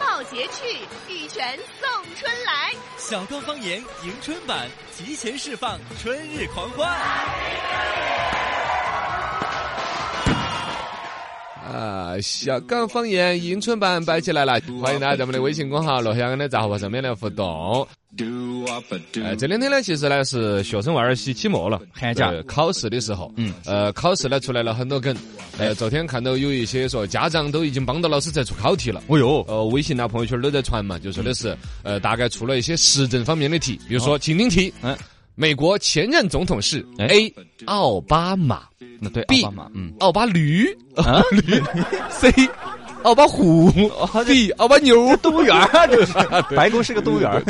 告节气，玉泉送春来。小刚方言迎春版提前释放春日狂欢。啊，小港方言迎春版摆起来了，欢迎大家在我们的微信公号“罗小刚的杂货铺”上面来互动。呃，哎这两天呢，其实呢是学生娃儿期期 末了，寒假呃考试的时候，嗯，呃，考试呢出来了很多梗。哎呃，昨天看到有一些说家长都已经帮到老师在做考题了。哦哟，呃，微信啊、朋友圈都在传嘛，就说的是，呃，大概出了一些时政方面的题，比如说，请听题，嗯美国前任总统是哎 A 奥巴马那对， ，B 奥巴马，嗯，奥巴驴啊， ，C 奥巴虎，D 奥巴牛， 动物园儿，啊这是白宫是个动物园儿。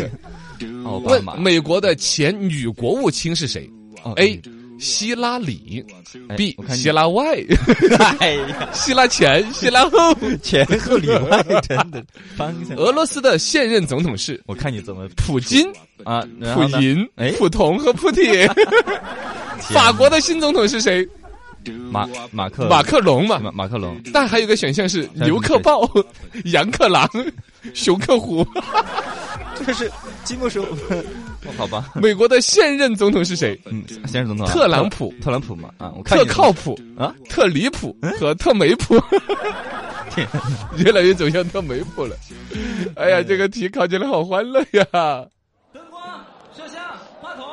奥巴 问马美国的前女国务卿是谁哦？A 希拉里哎，B 我看你希拉外， 哎呀，希拉前，希拉后。 前后里外，真的方向。俄罗斯的现任总统是我看你怎么普京、啊，然普后呢？银哎、普通 和普铁。法国的新总统是谁？马马克马克龙嘛。马马克龙，但还有一个选项是牛克豹、杨克郎、熊 克虎。这个是金木手，哦好吧？美国的现任总统是谁？嗯，先是总统啊特朗普特朗普嘛啊，我看特你靠谱、啊，特离谱和特没谱。 天越来越走向特梅普了。哎呀，这个题考起来好欢乐呀！灯光、摄像、话筒，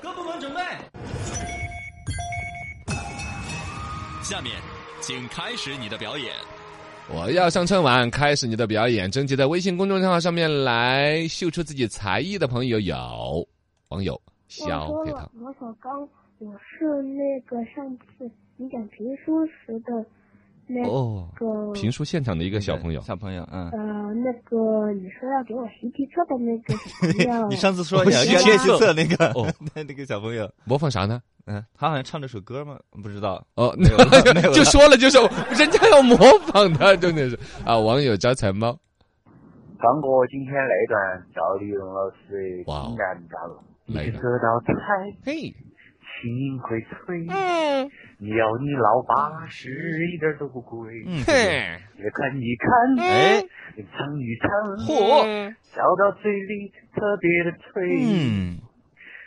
各部门准备。下面请开始你的表演。我要上春晚，开始你的表演。征集在微信公众账号上面来秀出自己才艺的朋友有网友我小说黑了糖，罗小刚，我是那个上次你讲评书时的那哦，个、评书现场的一个小朋友。小朋友，嗯，呃那个你说要给我习题册的那 个 叫你上次说你要习练题习册那个哦， 那那个小朋友，模仿啥呢？嗯，他好像唱这首歌吗？不知 道，哦，没有了没有了就说了，就是人家要模仿他，真的是啊！网友招财猫，刚哥今天那段赵丽蓉老师哇哦挺难到了，来一一直个得到菜，嘿，轻盈会吹，嗯，要你老八十一点儿都不贵。嗯，嘿，也看一看，哎，尝一尝，嚯，嚼到嘴里特别的脆。嗯，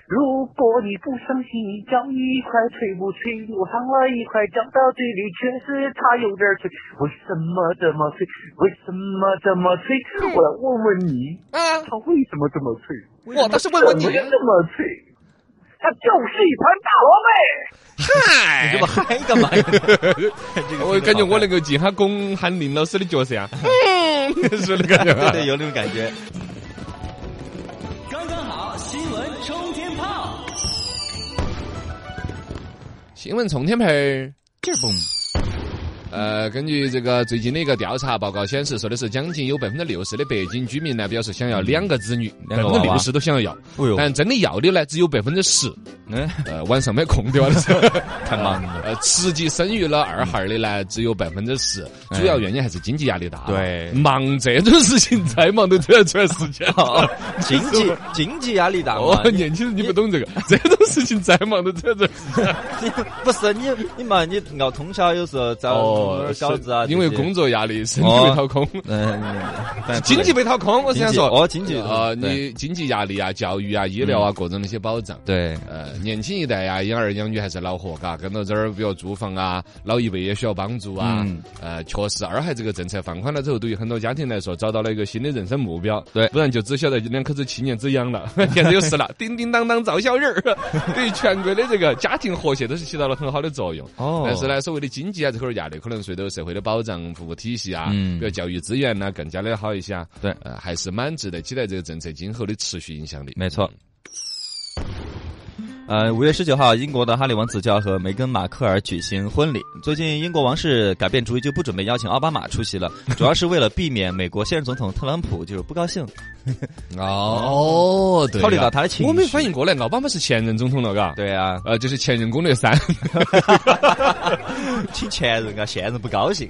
如果你不相信，嚼一块脆不脆？我尝了一块，嚼到嘴里确实它有点脆。为什么这么脆？为什么这么脆？嗯我来问问你，啊，它为什么这么脆？我倒是问问你怎，么这么脆？它就是你这嗨，一盘大萝卜。么嗨干嘛呀？ 这个 我感觉我能个够进下攻喊林老师的角色 呀，嗯，是那个对对有那种感觉，刚刚好，新闻冲天炮。新闻冲天炮儿。这嘣，呃，根据这个最近的一个调查报告显示，说的是将近有百分之六十的北京居民呢表示想要两个子女，百两个分娃之娃六十都想要要，哎呦，但真的要的呢只有百分之十。嗯，呃，晚上没空对吧？那时候 太忙了 呃，实际生育了二孩的呢只有百分之十，哎主要原因还是经济压力大。对忙这种事情再忙都突然出来时间。哦，经 济经济压力大嘛哦，，年轻人你不懂这个， 这种事情再忙都这种事 情。你不是你你嘛，你熬通宵有时候找饺子啊，哦因为这些工作压力，身体被掏空，嗯，但哦经济被掏空。我是想说，哦，经济啊，对你经济压力啊、教育啊、医疗啊各种那些保障。对呃，年轻一代呀、养儿养女还是恼火，嘎，跟到这儿，比如住房啊，老一辈也需要帮助啊。嗯呃，确实，二孩这个政策放宽了之后，对于很多家庭来说，找到了一个新的人生目标。对不然就只晓得两口子七年之 痒了，现在有事了，叮叮当当照小人儿。对于全国的这个家庭和谐，都是起到了很好的作用。哦但是呢，所谓的经济啊这块儿压力，可能随着社会的保障服务体系啊，嗯比如教育资源呢、更加的好一些啊。对呃，还是蛮值得期待这个政策今后的持续影响力。没错。呃，五月十九号，英国的哈里王子就要和梅根·马克尔举行婚礼。最近，英国王室改变主意，就不准备邀请奥巴马出席了，主要是为了避免美国现任总统特朗普就是不高兴。哦，对了，考虑到他的情绪我没反应过来，奥巴马是前任总统了，嘎。。对啊，呃，就是前任攻略 三，请前任啊，现任不高兴。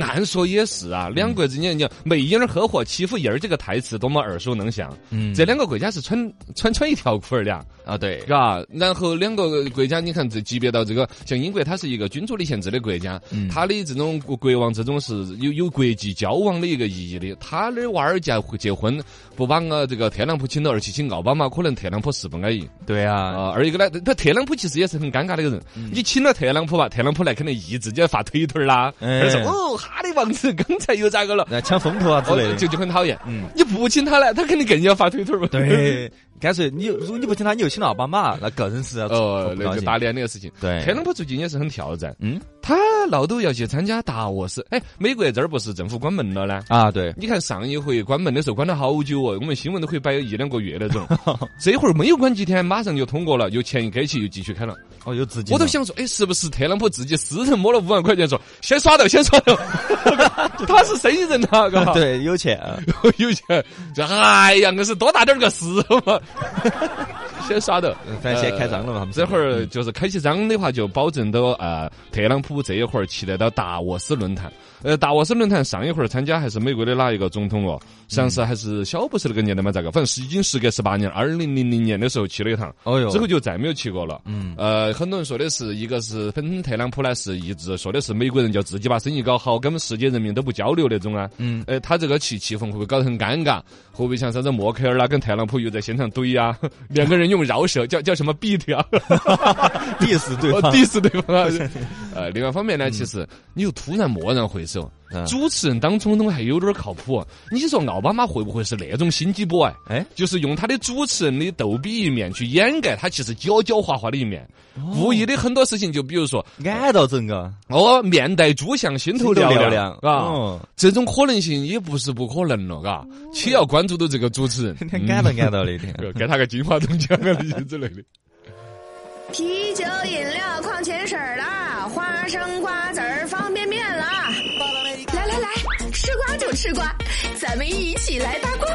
按说也是啊，两国之间你“美英儿合伙欺负英儿”这个台词多么耳熟能详。嗯这两个国家是穿穿穿一条裤儿的啊，啊，对，嘎。然后两个国家，你看这级别到这个，像英国，它是一个君主立宪制的国家，它的这种国国王这种是有有国际交往的一个意义的。他的娃儿结结婚不把我这个特朗普请到，而且请奥巴马，可能特朗普是不安逸。对啊，啊，二一个呢，他特朗普其实也是很尴尬的一个人。嗯你请了特朗普吧，特朗普来肯定一直就发推特儿啦，哎而是哦，哈的王子刚才又咋个了，那抢风头啊之类哦，就的。就很讨厌。嗯你不请他来，他肯定更要发推特儿嘛。，对，干脆你如果你不请他，你又请奥巴马，那更是要哦，不那高个兴。打脸那个事情。对特朗普最近也是很挑战，嗯他老都要去参加达沃斯。哎，美国这儿不是政府关门了呢？啊，对，你看上一回关门的时候关了好久哦，我们新闻都可以摆一两个 月那种。这会儿没有关几天，马上就通过了，又钱一给起，又继续开了。哦，有自己，，我都想说，哎，是不是特朗普自己私人摸了五万块钱，说先耍到，先耍到， 他是生意人呐，嘎对有钱啊， 有钱，这哎呀，我是多大点儿个事嘛， 先耍到，嗯反正先开张了嘛他们这会儿就是开起张的话，就保证到呃，特朗普这一会儿期待到达沃斯论坛。呃，达沃斯论坛上一会儿参加还是美国的哪一个总统哦？嗯上次还是小布什那个年代嘛，咋个？反正是已经时隔十八年，二零零零年的时候去了一趟，哦哟之后就再没有去过了。嗯呃，很多人说的是，一个是喷特朗普呢，是一直说的是美国人就自己把生意搞好，跟我们世界人民都不交流那种啊。嗯呃，他这个气气氛会不会搞得很尴尬？会不会像啥子默克尔啦跟特朗普又在现场怼呀、啊 两个人用饶舌叫叫什么 beat 啊，diss 对哦方， ，diss 对 方啊？呃，另外一方面呢，其实你又突然蓦然回首嗯，主持人当总统还有点儿靠谱。哦你说奥巴马会不会是那种心机 boy？哎，就是用他的主持人的逗比一面去掩盖他其实狡狡猾猾的一面，哦故意的很多事情，就比如说安到整个哦，面带猪相，心头心头凉凉凉啊，哦这种可能性也不是不可能了，嘎，且要关注到这个主持人， 嗯天天安到安到的一天。 给他个金话筒奖 啊之类的。啤酒、饮料、矿泉水啦，花生、瓜子儿、方便面啦。来来来，吃瓜就吃瓜，咱们一起来八卦。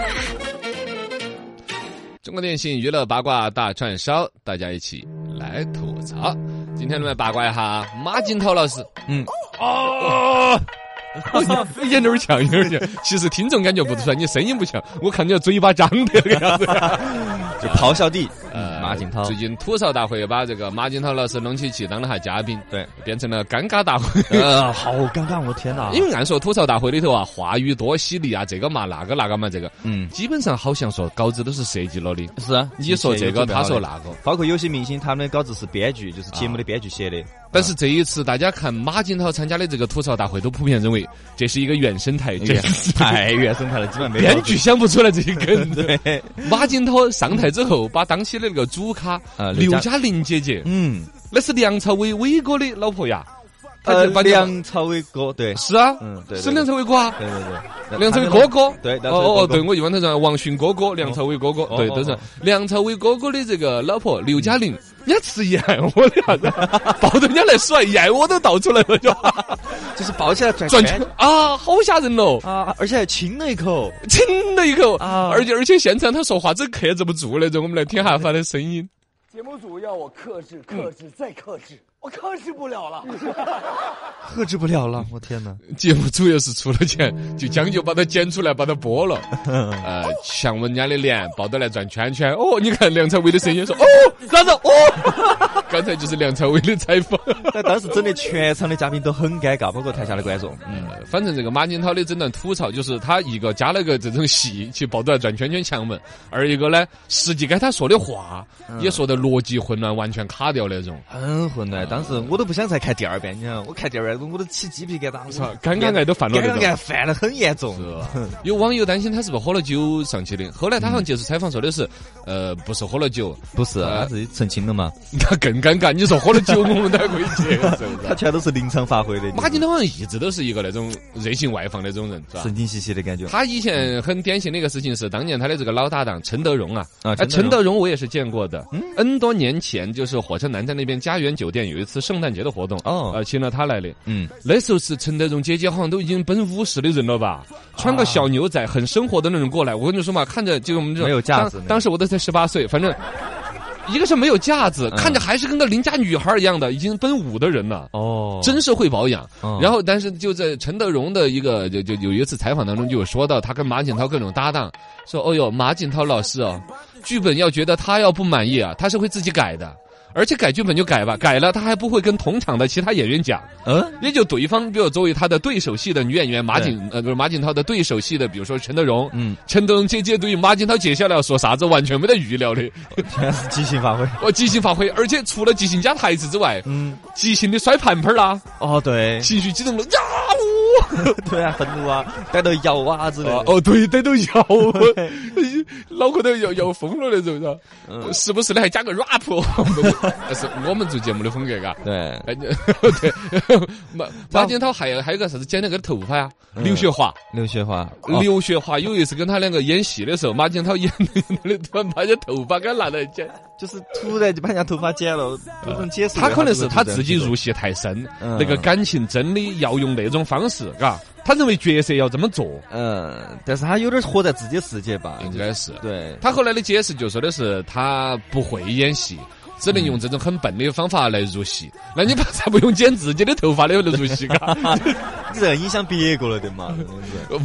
中国电信娱乐八卦大串烧，大家一起来吐槽。今天我们八卦一下马景涛老师，嗯， 哦。眼点儿强，有点儿强。其实听众感觉不出来，你声音不强，我看你嘴巴张得那个样子。 就咆哮帝，呃嗯马景涛最，近吐槽大会把这个马景涛老师弄起去当了下嘉宾，对，变成了尴尬大会。呃，好尴尬，我天哪 因为按说吐槽大会里头啊，话语多犀利啊，这个嘛，那个那个嘛，这个，嗯，基本上好像说稿子都是设计了的。是啊，你说这个，准备好了他说。那个，包括有些明星，他们的稿子是编剧，就是节目的编剧写的。但是这一次大家看马景涛参加的这个吐槽大会，都普遍认为这是一个原生态， 这是太啊哎原生态了，基本没编 稿子剧。想不出来这一根。对， 马景涛上台之后，把当期的那个主咖呃刘刘嘉嘉玲姐姐， 嗯，那是梁朝伟伟哥的老婆呀，呃她就，把梁梁朝伟哥，对，是啊，嗯对对是梁朝伟哥啊。对对对，梁朝伟哥哥，对梁朝伟哥哦哥哦，对我一般都是王迅哥哥，梁朝伟哥哥，哦对，哦都是哦梁朝伟哥哥的这个老婆刘 嘉玲，人家吃燕窝的 啥子，抱着人家来甩燕窝都倒出来了，就就是抱起来转转圈圈啊，好吓人哦！啊，而且还亲了一口。亲了一口，啊而且而且现场他说话真克制不住那种，我们来听下他的声音。节目组要我克制、克制、再克制，我克制不了了。克制不了了，我天哪！节目组要是出了钱，嗯就将就把它剪出来，把它 播了。呃，强吻人家的脸，抱着来转圈圈。哦，你看梁朝伟的声音说，哦， 啥子？哦，刚才就是梁朝伟的采访。 但当时整的全场的嘉宾都很尴尬，包括台下的观众。嗯，呃反正这个马景涛的整段吐槽就是他一个加了个这种戏去抱着来转圈圈强吻，而一个呢，实际该他说的话嗯也说的逻辑混乱，完全卡掉那种。很混乱，当时我都不想再看第二遍，你看，我看第二遍我都起鸡皮疙瘩，我 尴尬癌都犯了尴那尬癌种。犯得很严重。有网友担心他是不是喝了酒上去的，后来他好像接受采访说的是，呃，不是喝了酒，不是，呃他自己澄清了嘛？那更尴尬。你说喝了酒我们都还可以接受，是不他 是？全都是临场发挥的，马景涛好像一直都是一个那种热情外放的那种人，是吧神？经兮兮的感觉。他以前很典型的一个事情是，当年他的这个老搭档陈德容啊，啊哎陈德容嗯陈德容我也是见过的。N 多年前，就是火车南站那边家园酒店有一次圣诞节的活动，哦呃，请了他来的。嗯，那时候是陈德容姐姐，好像都已经奔五十的人了吧？啊穿个小牛仔，很生活的那种过来。我跟你说嘛，看着就我们这种没有架子那当种当时我都才十八岁，反正一个是没有架子，看着还是跟个邻家女孩一样的，已经奔五的人了。嗯哦真是会保养嗯。然后，但是就在陈德容的一个就就有一次采访当中，就有说到他跟马景涛各种搭档，说：“哦哟，马景涛老师哦，剧本要觉得他要不满意啊，他是会自己改的。”而且改剧本就改吧，改了他还不会跟同场的其他演员讲，嗯，也就对方，比如作为他的对手戏的女演员马景，呃，不是马景涛的对手戏的，比如说陈德容，嗯，陈德容姐姐对于马景涛接下来要说啥子完全没得预料的， 全是即兴 发挥。我即兴发挥，而且除了即兴加台词之外，嗯，即兴的摔盘盘儿啦，哦对，情绪激动了呀呜！ 对啊，愤怒啊，带到摇啊之类的。哦，对，逮都摇，我 脑壳都摇摇疯了那种，是吧？嗯时不时的还加个 rap，那是我们做节目的风格，嘎。对，哎，你 对，马马景涛还有还有个啥子剪了个头发呀？嗯刘雪华，刘雪华，哦刘雪华有一次跟他两个演戏的时候，马景涛演的突然把人家头发给他拿来剪，就是突然就把人家头发剪了，不能解释。 他可能是他自己入戏太深，嗯那个感情真的要用那种方式，嘎，他认为角色要这么做，嗯，但是他有点活在自己世界吧，应该是。对，他后来的解释就说的是他不会演戏。只能用这种很笨的方法来入戏，那你怕啥不用剪自己的头发的来入戏？ 嘎，你这影响别个了的 嘛。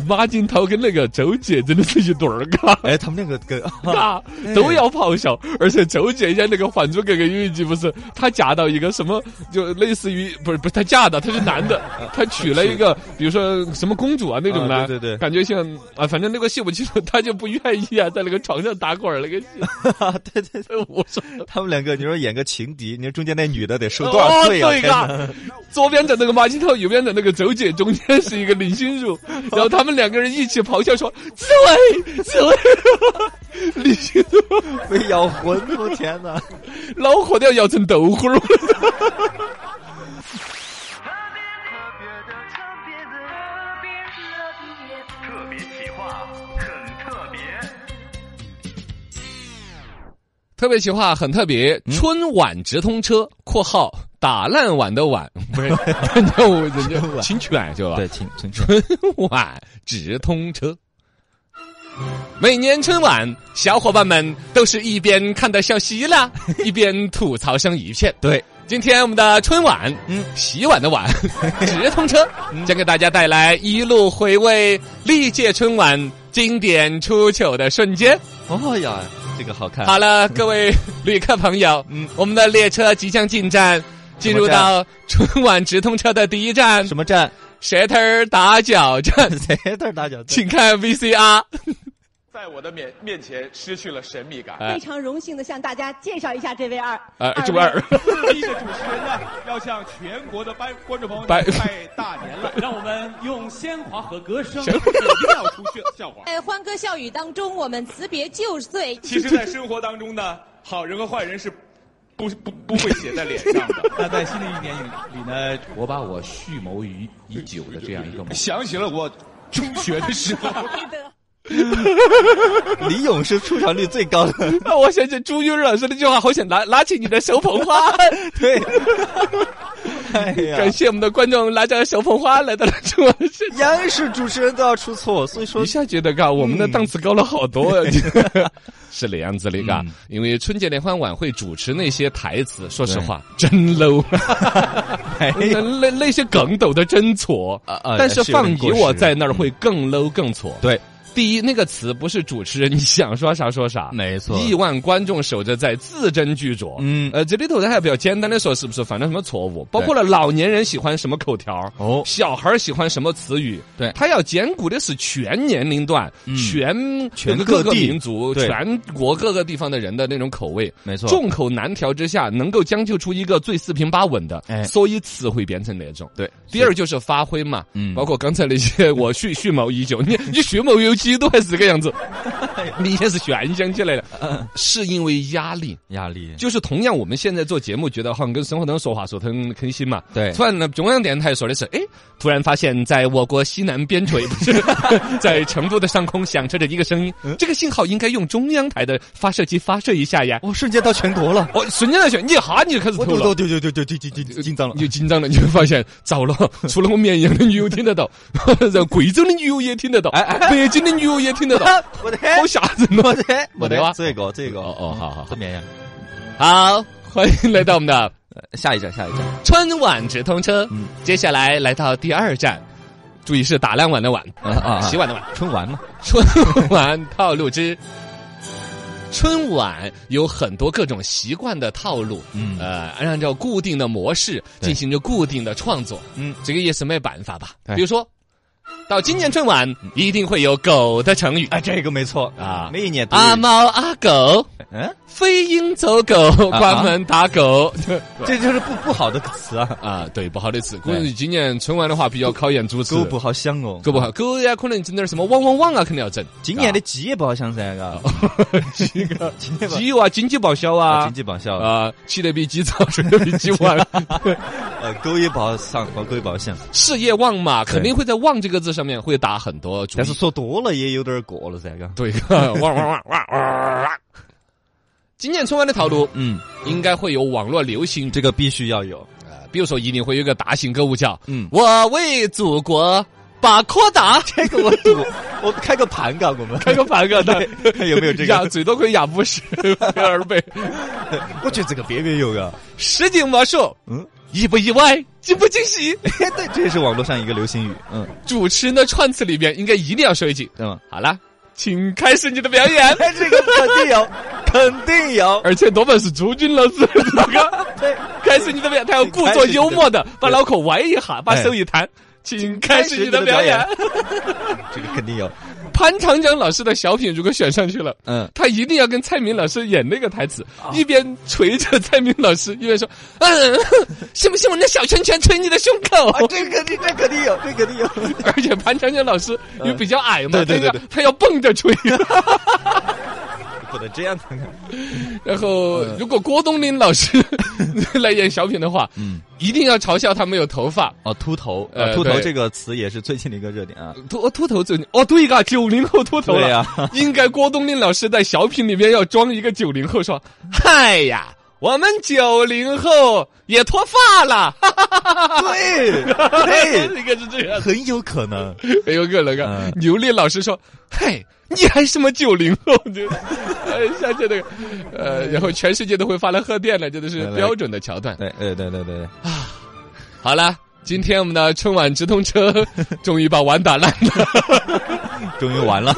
马景涛跟那个周杰真的是一对儿，嘎。哎，他们两个跟 嘎，啊嗯都要咆哮，而且周杰演那个《还珠格格》有一集，不是她嫁到一个什么，就类似于不是不是她嫁的，她是男 的，她娶了一个，比如说什么公主啊那种的，啊对对对感觉像啊，反正那个戏我记得她就不愿意啊，在那个床上打滚儿那个戏， 对对对，我说他们两个，你说演个情敌，你说中间那女的得受多少罪啊？哦、对天哪嘎，左边的那个马金涛，右边的那个周姐，中间是一个林心哦如，然后他们两个人一起咆哮说：“紫薇，紫薇！” 林心如被咬昏，我天哪！脑壳都要摇成豆花儿了。特别企划，很特别。特别企划很特别，春晚直通车（括号打烂碗的碗） 不是，人家我人家侵权是吧？ 对，请请请， 春晚直通车。每年春晚，小伙伴们都是一边看得笑嘻 啦，一边吐槽声一片。对，今天我们的春晚，嗯，洗碗 的碗，直通车，嗯将给大家带来一路回味历届春晚经典出糗的瞬间。哦呀，这个好看。好了，各位旅客朋友，啊 嗯我们的列车即将进站，进入什么站到春晚直通车的第一站什么站？ ——舌头儿打脚 站。谁在打脚？请看 VCR。在我的面面前失去了神秘感。哎非常荣幸的向大家介绍一下这位二，呃，位这不二， 第一个主持人呢，要向全国的班观众朋友拜们拜大年 了，让我们用鲜花和歌 声营造出笑笑话。在欢歌笑语当中，我们辞别旧岁。 其实，在生活当中呢，好人和坏人是不不不会写在脸上 的。那在新的一年里呢，我把我蓄谋于已久的这样一个梦，想起了我中学的时候，李咏是出场率最高的，啊我想起朱军老师那句话，好想拿拿起你的手捧花。 对。 哎 感呀，谢我们的观众拿着手捧花来到了春晚现场。央视主持人都要出错，所以说一下觉得嘎，我们的档次高了好多呀、 是那样子的嘎。嗯因为春节联欢晚会主持那些台词，说实话真 low，没那有那那些梗抖的真挫哎啊啊但是是有放点你过时我在那儿会更 low 更挫。对，第一，那个词不是主持人，你想说啥说啥，没错亿万观众守着在，字斟句酌。嗯呃，这里头他还比较简单的说，是不是犯了什么错误？包括了老年人喜欢什么口条，哦小孩儿喜欢什么词语，对嗯他要兼顾的是全年龄段、全全各各个地民族、对全国各个地方的人的那种口味。没错众口难调之下，能够将就出一个最四平八稳的，哎所以词汇变成那种。对第二就是发挥嘛，嗯包括刚才那些我蓄蓄谋已久，你你蓄谋有几都还是这个样子。 明显是悬想起来嗯了，是因为压力。压力就是同样，我们现在做节目，觉得好像跟生活当中说话说得很很新嘛。对突然呢，中央电台说的是，哎，突然发现，在我国西南边陲，不是 在成都的上空响彻着一个声音，嗯这个信号应该用中央台的发射机发射一下呀。我哦瞬间到全国了，我瞬间在想，一哈你就开始我吐都了都。丢丢丢丢丢丢丢紧张了你。就紧张了，你就发现糟了，除了我绵阳的女友听得到， 然后贵州的女友也听得到，北京的女友也听得到， 我的 好吓人哦！我的没得哇这个这个哎哦哦，好好好这，绵阳。好，欢迎来到我们的下一站，下一站，春晚直通车嗯。接下来来到第二站，注意是打烂碗的碗，啊啊洗碗的碗。春晚嘛，春晚套路之。 春晚有很多各种习惯的套路，嗯呃，按照固定的模式进行着固定的创作，嗯这个也是没办法吧。对嗯比如说，到今年春晚一定会有狗的成语，啊，这个没错啊每一年都有阿猫阿狗，嗯，飞鹰走狗，啊关门打 狗，这就是不不好的词啊，啊，对，不好的词。估对计今年春晚的话比较考验主持，狗不好想哦，狗不好，狗呀可能整点什么汪汪汪啊，肯定要整。今年的鸡也不好想噻， 嘎，鸡啊个今年吧鸡啊，经济报销啊啊，经济报销，啊，起得比鸡早，睡得比鸡晚， 呃，狗也不好上，狗也不好想，事业旺嘛，对肯定会在“旺”这个字上面会打很多主意。但是说多了也有点儿过了噻，嘎，对， 旺旺旺旺旺旺。今年春晚的套路嗯，应该会有网络流行，这个必须要有，呃比如说一定会有一个大型歌舞叫嗯“我为祖国把扩大”，这个 我我我开个盘，嘎，我们开个盘啊，对， 有没有这压个？最多可以压五十倍、二倍。我觉得这个别个也有个，实景魔术，嗯嗯，意不意外，惊不惊喜？ 对，这也是网络上一个流行语，嗯，主持人的串词里面应该一定要说一句对吗？：“好了，请开始你的表演。哎，这个肯定 有，肯定”有，而且多半是朱军老师那个对，开始你的表演，他要故作幽默的把脑壳歪一下，把手一摊，哎请开始你的表演开。这个肯定有，潘长江老师的小品如果选上去了，嗯，他一定要跟蔡明老师演那个台词，一边捶着蔡明老师，一边说：“嗯，信不信我那小拳拳捶你的胸口？”啊，这个肯定，这肯定有，这肯定有，而且潘长江老师也比较矮嘛，嗯对对对他要他要蹦着吹。 不能这样子看，然后，如果郭冬临老师 来演小品的话，嗯，一定要嘲笑他没有头发。哦，秃头，呃呃，秃头对这个词也是最近的一个热 点啊，秃秃头最哦，对嘎，九零后秃头了对呀 应该郭冬临老师在小品里面要装一个九零后，说：“嗨呀，我们九零后也脱发了。哈哈对，哈对， 应该是这样，很有可能，很有可能啊嗯。牛烈老师说：“嗨，你还什么九零后？” 就，呃，像这那个，呃，然后全世界都会发来贺电了，这都是来来标准的桥段。对，对，对，对，对，对好了，今天我们的春晚直 通车终于把碗打烂了。终于完了，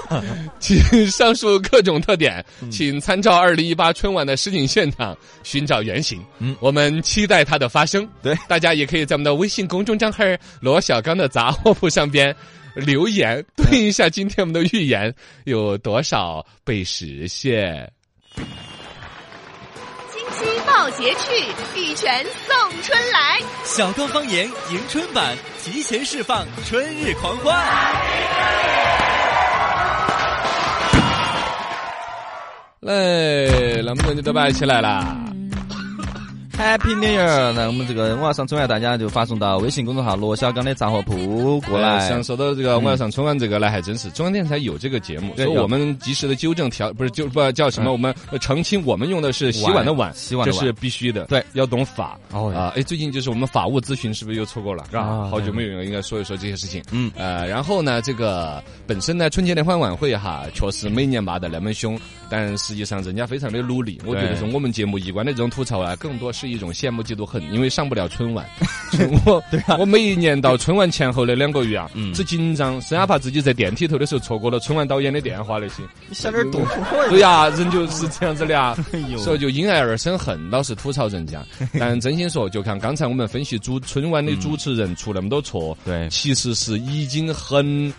请上述各种特点，嗯请参照二零一八春晚的实景现场寻找原型。嗯我们期待它的发生。对大家也可以在我们的微信公众账号“罗小刚的杂货铺”上边。留嗯言对一下今天我们的预言有多少被实现？金鸡报捷去，玉泉送春来。小刚方言迎春版提前释放春日狂欢。来，那么们就都摆起来啦！ Happy New Year！那我们这个晚上春晚，大家就发送到微信公众号“罗小刚的杂货铺”过呃来。像说到这个晚上春晚这个呢，还真是中央电台有这个节目，所对以有我们及时的纠正调，不是就不叫什么？嗯我们呃澄清，我们用的是洗碗的碗，碗洗碗的这碗是必须的，对，要懂法。哦啊，哎，最近就是我们法务咨询是不是又错过了？啊好久没有人应该说一说这些事情。嗯呃，然后呢，这个本身呢，春节联欢晚会哈，确实每年骂得那么凶，但实际上人家非常的努力。我觉得对说我们节目一贯的这种吐槽啊，更多是一种羡慕嫉妒恨，因为上不了春晚。春我我每一年到春晚前后的两个月啊，只紧张，生怕自己在电梯头的时候错过了春晚导演的电话那些。你小点儿动， 对呀、人就是这样子 的啊哎呦，所以就因爱而生恨，老是吐槽 人家。但真心说，就看刚才我们分析主春晚的主持人出那么多错，对其实是已经很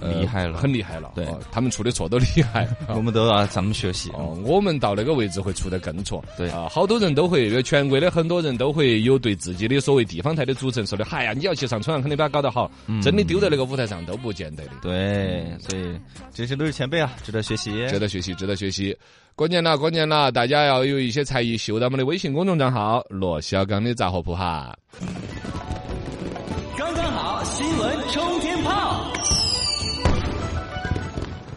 呃厉害了很厉害了。对嗯哦他们出的错都厉 害。我们都要咱们学习。哦，我们到那个位置会出得更错。对啊，好多人都会，全国的很多人都会有对自己的所谓地方台的主持人说的，嗨呀，你要去上春晚，肯定把它搞得好。嗯真的丢在那个舞台上都不见得的。对，所以这些都是前辈啊，值得学习。值得学习，值得学习。过年了，过年了，大家要有一些才艺，秀到我们的微信公众账号“罗小刚的杂货铺”哈。刚刚好，新闻冲天炮。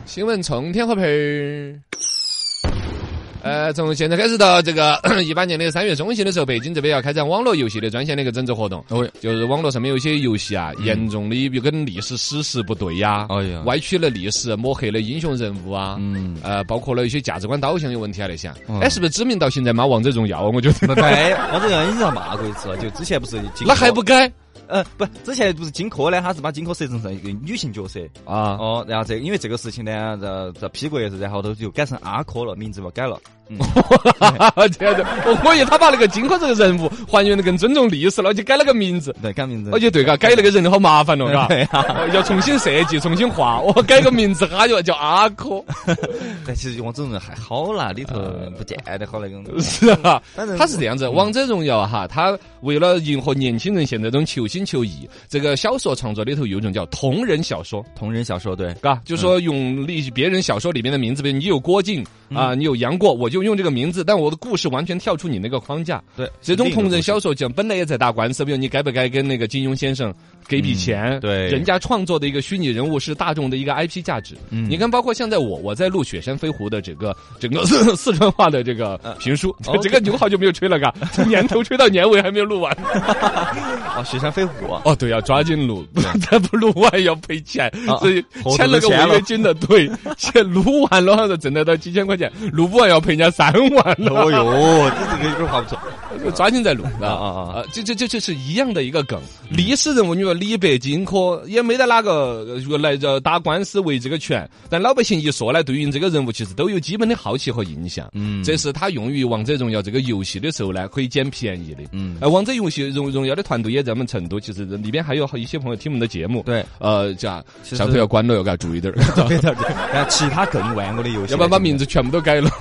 新闻冲天火盆儿。呃，从现在开始到这个 一八年的三月中旬的时候，北京这边要开展网络游戏的专项的一个整治活动。哦，嗯就是网络上面有一些游戏啊，严重的比如跟历史史实不对呀，哎呀歪曲了历史，抹黑了英雄人物啊，嗯呃，包括了一些价值观导向有问题啊那些啊。嗯哎，是不是指名道姓在骂王者荣耀啊？我觉得那对，王者荣耀已经骂过一次了，就之前不是荆那还不该呃不，之前不是荆轲呢，他是把荆轲设成是一个女性角色。啊？哦，然后这因为这个事情呢，这这批过一次，然后头就改成阿轲了，名字嘛改了。这样子， 我我以为他把那个荆轲这个人物还原的更尊重历史了，就改了个名字。对，改名字。而且对嘎，改那个人好麻烦了，哦嘎 对啊， 要重新设计，重新画。我改个名字，哈哟，叫阿 珂，但其实王者荣耀还好啦，里头呃不见得好那种。是啊反正。他是这样子，《王者荣耀》嗯哈，他为了迎合年轻人现在这种求新求异，这个小说创作里头有一种叫同人小说。同人小说对，嘎，就说嗯用利别人小说里面的名字，比如你有郭靖啊，你有杨过，我就用这个名字，但我的故事完全跳出你那个框架。对这种同人小小说奖本来也在打官司，比如你该不该跟那个金庸先生给笔钱？嗯对人家创作的一个虚拟人物是大众的一个 IP 价值。嗯你看，包括现在我我在录《雪山飞狐》的整个 整个四川话的这个评书，哦 这个牛好久没有吹了，嘎，从年头吹到年尾还没有 录完。哦，雪山飞狐。哦，对，要抓紧录，再不录完要赔钱，啊所以猴子签了个都违签了约金的，对， 签录完了挣得到几千块钱，录不完要赔人家三万 了，哦哟，这这个有点话不错。抓紧再录啊啊啊啊！这这这这是一样的一个梗，历史人物，你说李白、荆轲也没得哪个呃来这打官司维这个权，但老百姓一说呢，对于这个人物其实都有基本的好奇和印象，嗯这是他用于王者荣耀这个游戏的时候呢，可以捡便宜的，嗯呃，王者游戏荣荣耀的团队也在我们成都，其实里边还有一些朋友听我们的节目。对呃，这样其实上头要关了，要给他注意点儿，对对对，然后其他更玩过的游戏，要不然把名字全部都改了。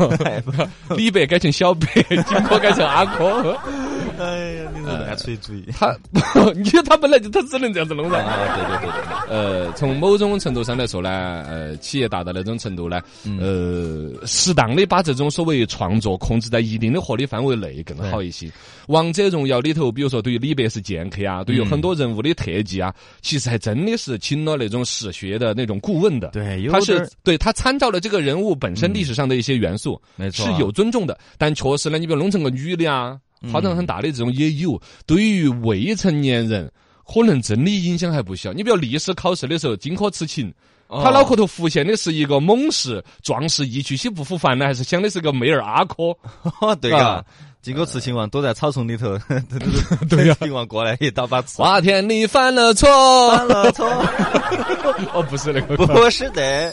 李白改成小白，荆轲改成阿轲。 哎呀，你是乱吹主意他， 你他本来就他只能这样子弄啊！噻。对对对对， 呃，从某种程度上来说呢，呃，企业达到那种程度呢，呃，适当的把这种所谓创作控制在一定的合理范围内更好一些。王者荣耀里头，比如说对于李白是剑客啊，对于很多人物的特技啊，其实还真的是请了那种史学的那种顾问的。对有他点是儿对他参照了这个人物本身历史上的一些元素，没错啊是有尊重的，但确实呢，你比如弄成个女的啊，发展很大的这种也有。对于未成年人，可能真的影响还不小。你比如历史考试的时候，荆轲刺秦。他脑壳头浮现的是一个猛士、壮士一去兮不复返呢，还是想的是个妹儿阿珂？哦 对啊嘎。金戈刺秦王躲在草丛里 头，对呀秦王过来一刀把刺 花田里犯了错，完了，错， 哦， 不是那个， 不是的。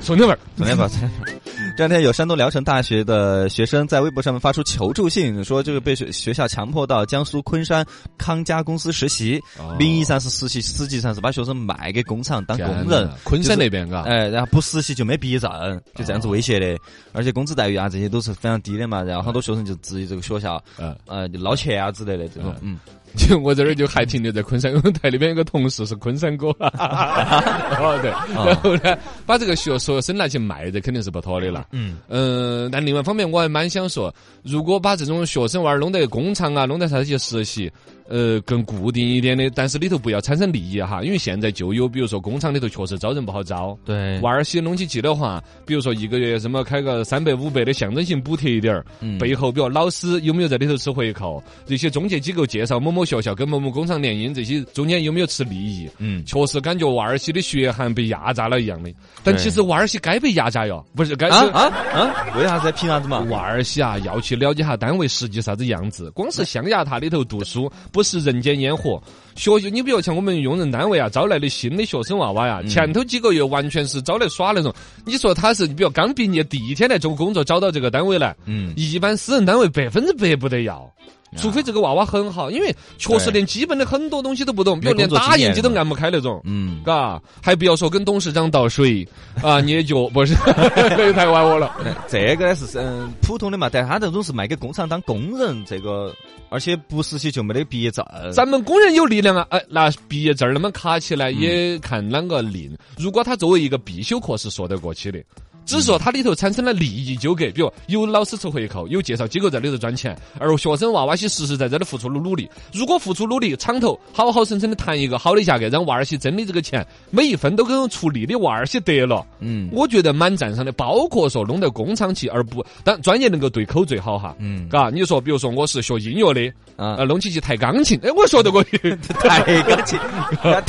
宋天儿昨天吧，昨天 这两天有山东聊城大学的学生在微博上面发出求助信，说这个被学学校强迫到江苏昆山康佳公司实习，哦名义上是实习，实际上是把学生卖给工厂当工人。昆山就是那边啊嘎，哎，然后不实习就没毕业证，就这样子威胁的，而且工资待遇啊这些都是非常低的嘛。然后很多学生就质疑这个学校，嗯呃，就捞钱啊之类的这种。嗯，就我这儿就还停留在昆山，因为台那边有个同事是昆山哥，哦对，然后呢，把这个学学生拿去卖，这肯定是不妥的了。嗯，呃，但另外一方面，我还蛮想说，如果把这种学生娃儿弄得工厂啊，弄得啥去实习。呃，更固定一点的，但是里头不要产生利益哈，因为现在就有，比如说工厂里头确实招人不好招，对娃儿些弄起去的话，比如说一个月什么开个三百五百的象征性补贴一点儿，嗯背后比如老师有没有在里头吃回扣，这些中介机构介绍某某学校跟某某工厂联姻，这些中间有没有吃利益？嗯确实感觉娃儿些的血汗被压榨了一样的。但对其实娃儿些该被压榨哟，不是该啊是。啊啊！为啥子凭啥子嘛？娃儿些啊，要去了解下单位实际啥子样子。光是象牙塔里头读书，不是人间烟火。学校，你比如像我们用人单位啊，招来的新的学生娃娃嗯呀，前头几个月完全是招来耍那种。你说他是，比如刚毕业第一天来做工作，找到这个单位来，嗯一般私人单位百分之百不得要。除非这个娃娃很好，因为确实连基本的很多东西都不懂，比如没连工作打经验印机都按不开那种，嗯，嘎，还不要说跟董事长倒水啊，捏脚不是， 这个太玩我了。 这个呢是嗯普通的嘛，但他这种是卖给工厂当工人，这个而且不实习就没得毕业证。咱们工人有力量啊！哎，拿毕业证儿那么卡起嗯来，也看啷个令。如果他作为一个必修课是说得过去的，只是说它里头产生了利益纠葛，比如有老师抽回扣，有介绍机构在里头赚钱，而学生娃娃些实实在在的付出努努力。如果付出努力，厂头好好生生的谈一个好的价格，让娃儿些真的这个钱每一分都跟出力的娃儿些得了。嗯我觉得蛮赞赏的，包括说弄到工厂去，而不但专业能够对口最好哈。嗯嘎，你说，比如说我是学音乐的，啊 呃，弄起去弹钢琴，哎，我说得过去弹钢 琴，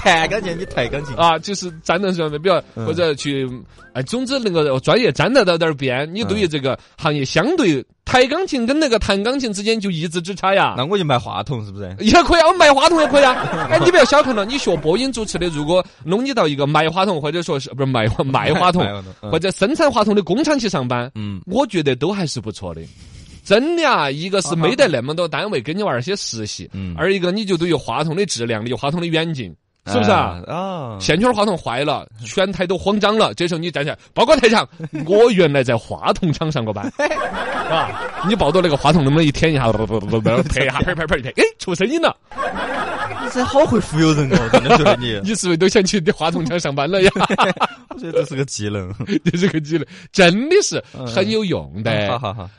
弹钢琴，你弹钢琴。啊，就是沾点什么，比如嗯或者去，哎，总之能够专业沾得到点儿边。你嗯对于这个行业相对弹钢琴跟那个弹钢琴之间就一字之差呀那。我就卖话筒是不是？也可以啊，我卖话筒也可 以啊。哎，你不要小看了，你学播音主持的，如果弄你到一个卖话筒或者说是不是卖话卖话筒卖话筒，嗯或者生产话筒的工厂去上班，嗯，我觉得都还是不错的。真的啊，一个是没得那么多单位给你娃儿些实习，嗯而一个你就对于话筒的质量、对于话筒的远近，是不是啊？哎？啊，线圈话筒坏了，全台都慌张了。这时候你站起来，报告台长，我原来在话筒厂上过班啊！你抱到那个话筒那么一舔一下，不不不不不，拍一下，拍拍拍一拍，哎，出声音了。，你这好会忽悠人哦，真的觉得你 你是不是都想去你话筒厂上班了呀？我觉得这是个技能。你这个技能真的是很有用的。哎 好好好。